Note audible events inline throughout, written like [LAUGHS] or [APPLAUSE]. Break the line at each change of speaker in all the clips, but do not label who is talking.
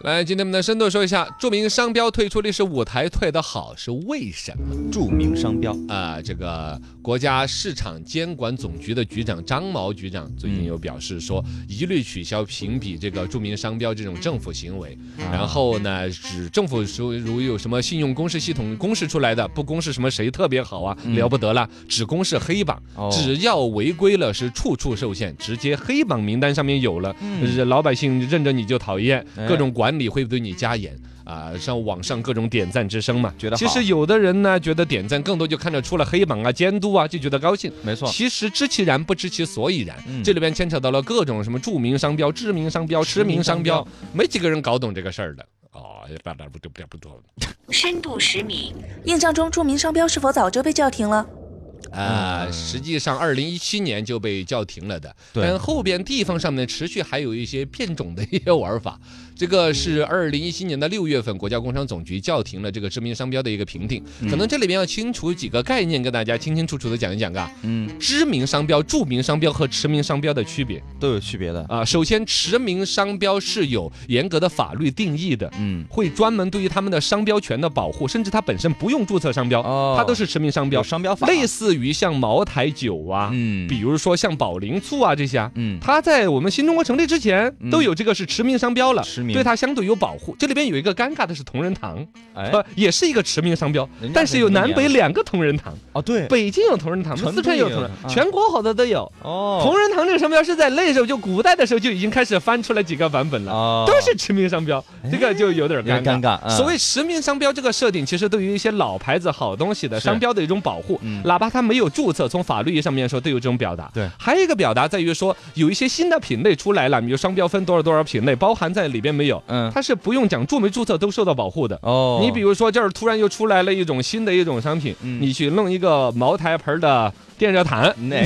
来，今天我们的深度说一下，著名商标退出历史舞台退得好是为什么？
著名商标，
啊、这个国家市场监管总局的局长张毛局长最近有表示说，一律取消评比这个著名商标这种政府行为。然后呢，指政府如如有什么信用公示系统公示出来的，不公示什么谁特别好啊，
嗯
了不得了，只公示黑榜，
哦
只要违规了是处处受限，直接黑榜名单上面有了，呃老百姓认着你就讨厌，
嗯哎
各种管理会对你加严。啊，上网上各种点赞之声嘛，
觉得好
其实有的人呢，觉得点赞更多就看着出了黑榜啊、监督啊，就觉得高兴。
没错，
其实知其然不知其所以然，
嗯
这里边牵扯到了各种什么著名商标、知名商标、驰名商标，没几个人搞懂这个事儿的。哦，不不不不不不，
深度十米，
印象中著名商标是否早就被叫停了？
啊，
嗯
实际上二零一七年就被叫停了的，
对
但后边地方上面持续还有一些变种的一些玩法。这个是二零一七年的六月份，国家工商总局叫停了这个知名商标的一个评定。可
嗯
能这里边要清楚几个概念，跟大家清清楚楚的讲一讲啊。
嗯，
知名商标、著名商标和驰名商标的区别
都有区别的。
啊。首先，驰名商标是有严格的法律定义的，
嗯，
会专门对于他们的商标权的保护，甚至它本身不用注册商标，
哦
它都是驰名商标
有，商标法，
类似于像茅台酒啊，
嗯，
比如说像宝林醋啊这些啊。
嗯，
它在我们新中国成立之前
嗯
都有这个是驰名商标了，
驰名
对它相对有保护。这里边有一个尴尬的是同仁堂，
哎，
呃，也是一个驰名商标
人家，
但是有
很多
南
年
北
了
两个同仁
[LAUGHS]
堂，
哦对，
北京有同仁堂，我们
成
四川
都
有
也
同仁
有
堂，
啊
全国好多都有。
哦，
同仁堂这个商标是在那时候就古代的时候就已经开始翻出来几个版本了。
哦哎
都是驰名商标，这个就有点
有点
尴尬。
尴尬嗯
所谓驰名商标这个设定，其实对于一些老牌子、好东西的
是
商标的一种保护
嗯，
哪怕它没有注册，从法律上面说都有这种表达。
对
还有一个表达在于说，有一些新的品类出来了，比如商标分多少多少品类，包含在里边没有，
嗯
它是不用讲注没注册都受到保护的。
哦，
你比如说，这儿突然又出来了一种新的一种商品，
嗯
你去弄一个茅台盆儿的电热毯， [LAUGHS]
哪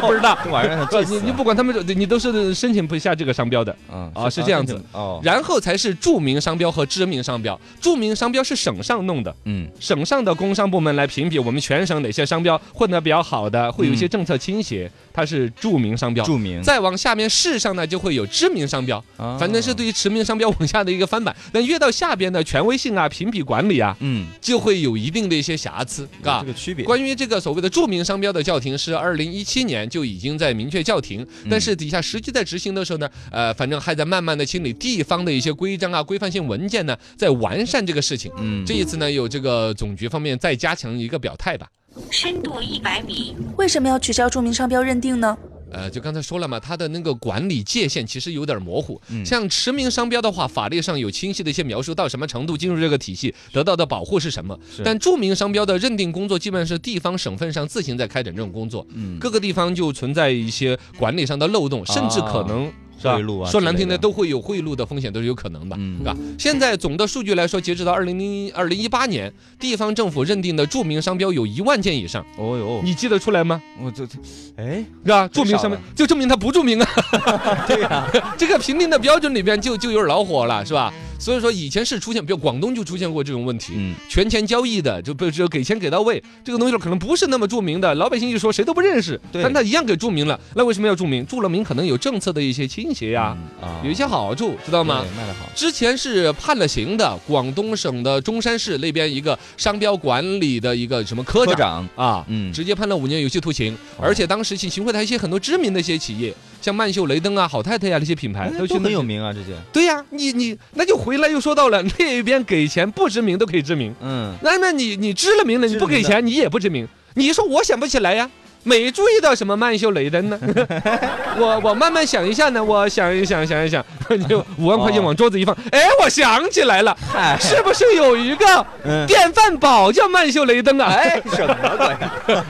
不知 [LAUGHS] 道，这玩意儿
呃
最
你你不管他们，你都是申请不下这个商标的。
嗯
啊是这样子
哦，
然后才是著名商标和知名商标。著名商标是省上弄的，
嗯
省上的工商部门来评比我们全省哪些商标混得比较好的，会有一些政策倾斜，它是著名商标。
嗯著名，
再往下面市上呢，就会有知名商标，
啊
反正是对于驰名商标往下的一个翻版。但越到下边的权威性啊、评比管理啊，
嗯，
就会有一定的一些瑕疵，
有
啊
这。个区别，
关于这个所谓的著名商标的叫停，是二零一七年就已经在明确叫停，
嗯
但是底下实际在执行的时候呢，呃，反正还在慢慢的清理地方的一些规章啊、规范性文件呢，在完善这个事情。
嗯
这一次呢，有这个总局方面再加强一个表态吧。
深度一百米，
为什么要取消著名商标认定呢？
呃，就刚才说了嘛，它的那个管理界限其实有点模糊。
嗯
像驰名商标的话，法律上有清晰的一些描述，到什么程度进入这个体系，得到的保护是什么
是。
但著名商标的认定工作基本上是地方省份上自行在开展这种工作，
嗯
各个地方就存在一些管理上的漏洞，甚至可能。是吧
贿赂啊
说难听
之类
的
的
都会有贿赂的风险，都是有可能的，
嗯
是吧？现在总的数据来说，截止到二零零二零一八年，地方政府认定的著名商标有一万件以上，
哦哟，
你记得出来吗？
我这这，哎，
是吧？著名商标
少
就证明它不著名啊。
[LAUGHS] 对呀，
[LAUGHS] 这个评定的标准里边就就有点恼火了，是吧？所以说以前是出现，比如广东就出现过这种问题，
嗯
权钱交易的就不只有给钱给到位，这个东西可能不是那么著名的，老百姓一说谁都不认识，
对
但他一样给注明了，那为什么要注明？注了名可能有政策的一些倾斜呀、
啊
有一些好处，知道吗？
对卖的好，
之前是判了刑的，广东省的中山市那边一个商标管理的一个什么科
科
长
长，
啊，
嗯
直接判了五年有期徒刑，而且当时去行贿他一些很多知名的一些企业，像曼秀雷登啊、好太太呀、那些品牌
哎
都去
很
那
有。名啊，这些，
对呀、你你那就回来又说到了那边给钱不知名都可以知名，
嗯，
那那你你知了名了你不给
知了
钱你也不知名，你说我想不起来呀。没注意到什么曼秀雷登
[LAUGHS]
呢？我我慢慢想一下呢，我想一想，想一 [LAUGHS] 想，你就五万块钱
哦
往桌子一放，哎，我想起来了，
嗨，
是不是有一个
嗯
电饭煲叫曼秀雷登啊？
哎，
[LAUGHS]
什么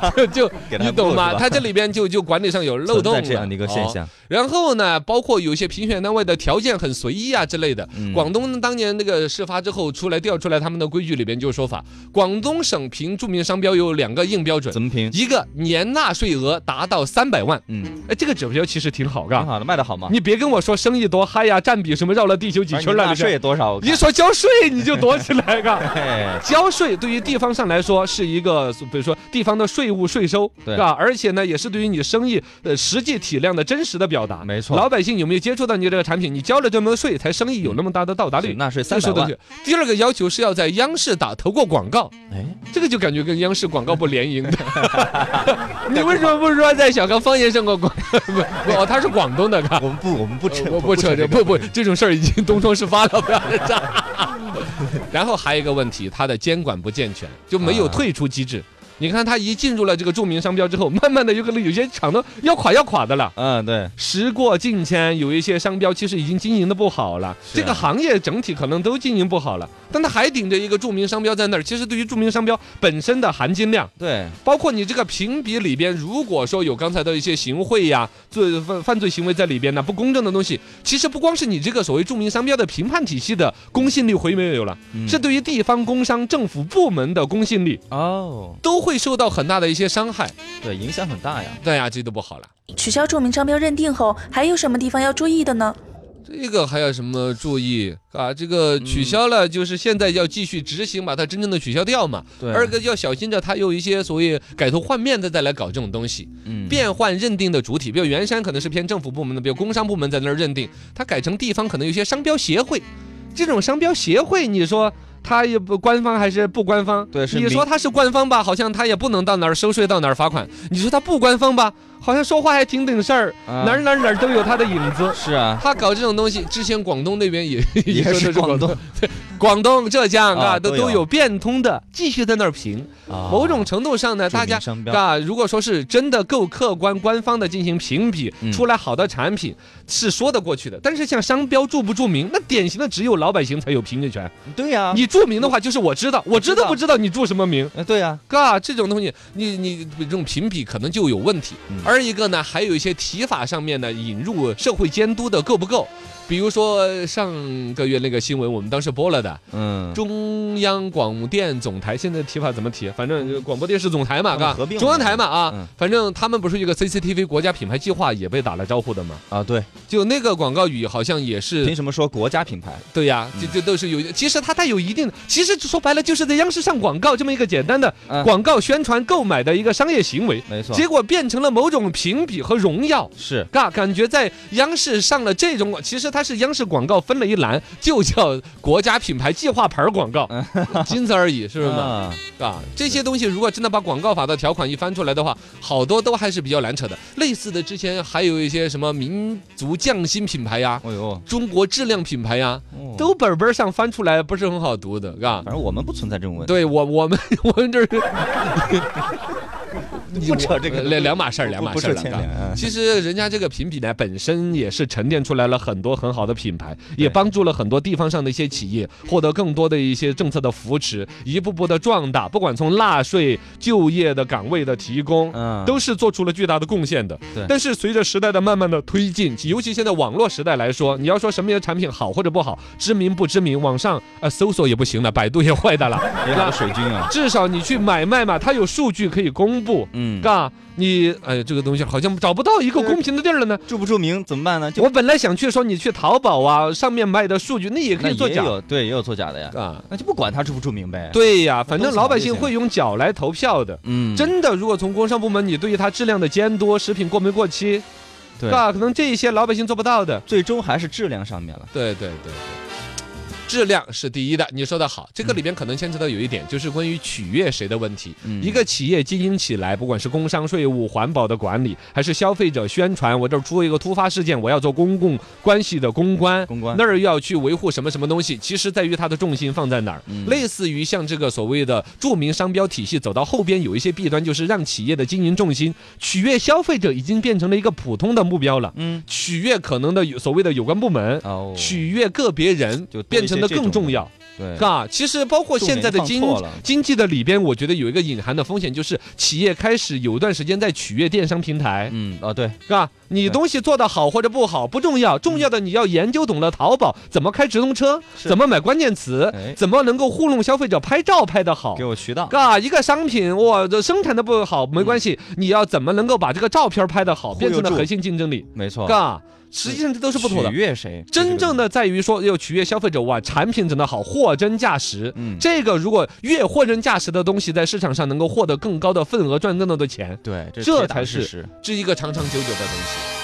啊
鬼？
就
给他
你懂
录是
吗？
吧
它这里边就就管理上有漏洞
在
了
这样的一个现。
哦
象，
然后呢，包括有一些评选单位的条件很随意啊之类的。
嗯
广东当年那个事发之后出来调出来，他们的规矩里边就有说法，广东省评著名商标有两个硬标准
[LAUGHS] 怎。么评？
一个年纳税额达到三百万。
嗯，
哎，这个指标其实挺好，
挺
嘎。
好的，卖的好
啊
嘛。
你别跟我说生意多嗨呀，占比什么绕了地球几
反
圈儿
正你
了，
纳
你
税
这
多少？我看
一说交税你就躲起来，嘎。
哎，
交税对于地方上来说是一个，比如说地方的税务税收，
对
是吧？而且呢，也是对于你生意呃实际体量的真实的表达。
没错
老百姓有没有接触到你这个产品？你交了这么多税，才生意有那么大的到达率
嗯是。纳税
这
三百
说的
万
是。第二个要求是要在央视打投过广告，
哎，
这个就感觉跟央视广告部联营
[LAUGHS]
的。你为什么不说在小刚方言上过广？不不，哦，他是广东的，看。
我们不，我们不扯，
呃我不扯这不不这种事儿已经东窗事发了，不要再 [LAUGHS] 炸。然后还有一个问题，它的监管不健全，就没有
啊
退出机制。你看，它一进入了这个著名商标之后，慢慢的有可能有些厂都要垮要垮的了。
嗯，对，
时过境迁，有一些商标其实已经经营的不好了，这个行业整体可能都经营不好了，但它还顶着一个著名商标在那儿。其实对于著名商标本身的含金量，
对，
包括你这个评比里边，如果说有刚才的一些行贿呀、罪犯犯罪行为在里边呢，不公正的东西，其实不光是你这个所谓著名商标的评判体系的公信力回没有了，
嗯
这对于地方工商政府部门的公信力
哦，
都会受到很大的一些伤害，
对，影响很大呀。
大家记得不好了。
取消著名商标认定后，还有什么地方要注意的呢？
这个还有什么注意啊？这个取消了，就是现在要继续执行，把它真正的取消掉嘛。
对，
二个要小心着，它有一些所谓改头换面的再来搞这种东西。
嗯，
变换认定的主体，比如原山可能是偏政府部门的，比如工商部门在那儿认定，它改成地方可能有些商标协会，这种商标协会，你说它也不官方还是不官方？
对是
你
民
说它是官方吧，好像它也不能到哪儿收税到哪儿罚款；你说它不官方吧，好像说话还挺顶事儿，
啊
哪儿哪儿哪儿都有它的影
[LAUGHS]
子。
是啊，
他搞这种东西，之前广东那边也
也
说的
是广东
广东、浙江
啊
啊，都
都有
都有变通的，继续在那儿评。
啊
[LAUGHS] 某种程度上呢，
著
大
名
家
商标
啊，如果说是真的够客观、官方的进行评比，
嗯
出来好的产品是说得过去的。但是像商标著不著名，那典型的只有老百姓才有评论权。
对呀，
你著名的话，就是我知道，我知道不知道你著什么名。
呃对呀，
嘎，这种东西，你你这种评比可能就有问题。
嗯
而一个呢，还有一些提法上面呢，引入社会监督的够不够？比如说呃上个月那个新闻，我们当时播了的，
嗯，
中央广电总台现在提法怎么提？反正就广播电视总台嘛，
他们
嘎
合并，了
中央台嘛
嗯
啊，反正他们不是有一个 CCTV 国家品牌计划也被打了招呼的嘛？
啊，对，
就那个广告语好像也
凭
是
什么说国家品牌？
对呀，
嗯
这这都是有，其实它带有一定的，其实说白了就是在央视上广告这么一个简单的
嗯
广告宣传购买的一个商业行为，
没错，
结果变成了某种评比和荣耀。
是
嘎，感觉在央视上了这种广，其实它是央视广告分了一栏，就叫国家品牌计划牌儿广告，仅此而已，是不是嘛？
啊
啊，这些东西如果真的把广告法的条款一翻出来的话，好多都还是比较难扯的。类似的，之前还有一些什么民族匠心品牌呀、
哎呦，
中国质量品牌呀，
哦
都本本上翻出来不是很好读的，嘎。
反正我们不存在这种问题，
对我，我们我们这是
不扯这个
两两码事儿，
不
两
不
码
不
事儿
扯
了
牵
嘎
连。
[LAUGHS]
[LAUGHS] 嗯
其实人家这个评比呢，本身也是沉淀出来了很多很好的品牌，也
对
帮助了很多地方上的一些企业获得更多的一些政策的扶持，一步步的壮大。不管从纳税、就业的岗位的提供。
嗯，
都是做出了巨大的贡献的
对，
但是随着时代的慢慢的推进，尤其现在网络时代来说，你要说什么样的产品好或者不好，知名不知名，网上呃搜索也不行了，百度也坏的了，
[LAUGHS] 也好水
[LAUGHS]
军啊，
至少你去买卖嘛，它有数据可以公布，
嗯，
嘎，你哎，这个东西好像找不到一个公平的地儿了呢。
著不著名怎么办呢？就
我本来想去说你去淘宝啊，上面卖的数据那也哎可
那
以作
也
假
有对，也有作假的呀，
啊。
那就不管他著不著名呗。，
对呀，
那
反
都
正
扫
老百
就
姓
行
会用脚来投票的。
嗯，
真的，如果从工商部门你对于它质量的监督，食品过没过期，
对
吧？可能这一些老百姓做不到的。
最终还是质量上面了。
对对对对，质量是第一的，你说的好。这个里边可能牵扯到有一点，就是关于取悦谁的问题。
嗯
一个企业经营起来，不管是工商、税务、环保的管理，还是消费者宣传，我这儿出一个突发事件，我要做公共关系的公关，
公关
那儿要去维护什么什么东西，其实在于它的重心放在哪儿。
嗯
类似于像这个所谓的著名商标体系走到后边有一些弊端，就是让企业的经营重心取悦消费者已经变成了一个普通的目标了，
嗯
取悦可能的有所谓的有关部门，
哦
取悦个别人
就多
变
一些
成的更重要。
对
嘎，啊其实包括现在的经
重点放错了
经济的里边，我觉得有一个隐含的风险，就是企业开始有一段时间在取悦电商平台，
嗯啊对，
嘎，你
对
东西做得好或者不好不重要，重要的你要研究懂了淘宝怎么开直通车，
是
怎么买关键词
哎，
怎么能够糊弄消费者拍照拍得好
给。我渠道，
嘎，一个商品我这生产的不好没关系，你要怎么能够把这个照片拍得好，
嗯忽悠
变成了
住
核心竞争力？
没错，
嘎，实际上这都
都
是不妥的
取。悦谁？
真正的在于说要取悦消费者哇，产品整得好，货真价实。
嗯
这个如果越货真价实的东西在市场上能够获得更高的份额，赚更多的钱，
对，
这
铁打
才
的事
是
实
这是一个长长久久的东西。